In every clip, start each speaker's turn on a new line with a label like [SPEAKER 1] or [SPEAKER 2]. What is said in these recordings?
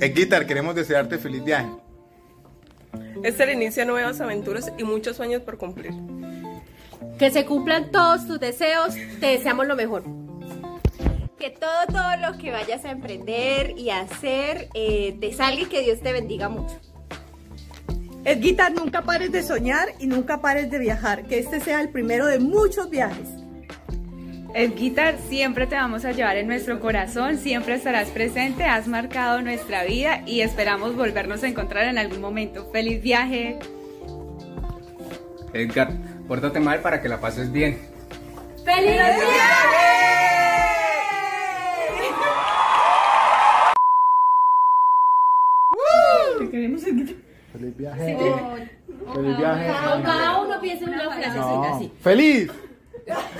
[SPEAKER 1] Eh, Guitar, queremos desearte feliz viaje.
[SPEAKER 2] Este le inicia nuevas aventuras y muchos sueños por cumplir.
[SPEAKER 3] Que se cumplan todos tus deseos, te deseamos lo mejor.
[SPEAKER 4] Que todo, todo lo que vayas a emprender y a hacer eh, te salga y que Dios te bendiga mucho.
[SPEAKER 5] Edguita, nunca pares de soñar y nunca pares de viajar. Que este sea el primero de muchos viajes.
[SPEAKER 6] Edguitar, siempre te vamos a llevar en nuestro corazón, siempre estarás presente, has marcado nuestra vida y esperamos volvernos a encontrar en algún momento. ¡Feliz viaje!
[SPEAKER 7] Edgar, pórtate mal para que la pases bien.
[SPEAKER 3] ¡Feliz viaje!
[SPEAKER 1] Feliz viaje. Feliz viaje.
[SPEAKER 3] Cada uno piensa en una frasecita así.
[SPEAKER 1] ¡Feliz!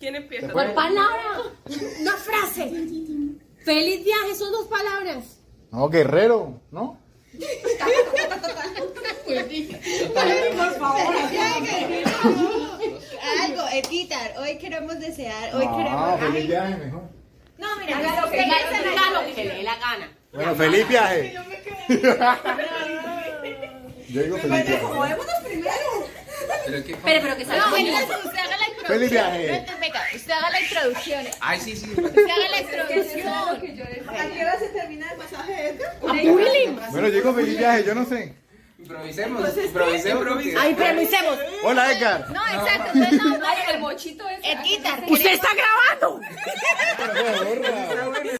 [SPEAKER 2] ¿Quién empieza?
[SPEAKER 1] ¿Se puede?
[SPEAKER 8] Palabra, una frase. Feliz viaje, son dos palabras.
[SPEAKER 1] No, guerrero, ¿no?
[SPEAKER 4] Algo, Edgar, hoy queremos desear,
[SPEAKER 1] Ah, feliz viaje mejor.
[SPEAKER 4] No, mira, lo
[SPEAKER 8] Diga diga lo que le dé la gana.
[SPEAKER 1] Bueno, feliz viaje. Yo digo feliz viaje.
[SPEAKER 7] Pero es que-
[SPEAKER 8] Pero, pero que salga feliz.
[SPEAKER 4] usted haga la introducción.
[SPEAKER 1] Feliz viaje.
[SPEAKER 4] Venga, usted haga la introducción.
[SPEAKER 7] Ay, sí, sí.
[SPEAKER 4] Usted haga la introducción.
[SPEAKER 5] ¿A qué hora se termina el pasaje, Edgar?
[SPEAKER 1] Bueno, yo digo feliz viaje, yo no sé.
[SPEAKER 7] Improvisemos, improvisemos. porque-
[SPEAKER 3] Ay, permisemos.
[SPEAKER 1] Hola, Edgar.
[SPEAKER 4] No, exacto, usted no.
[SPEAKER 2] El mochito es.
[SPEAKER 4] Edgar,
[SPEAKER 3] ¡Usted está grabando!
[SPEAKER 1] Pero, borra.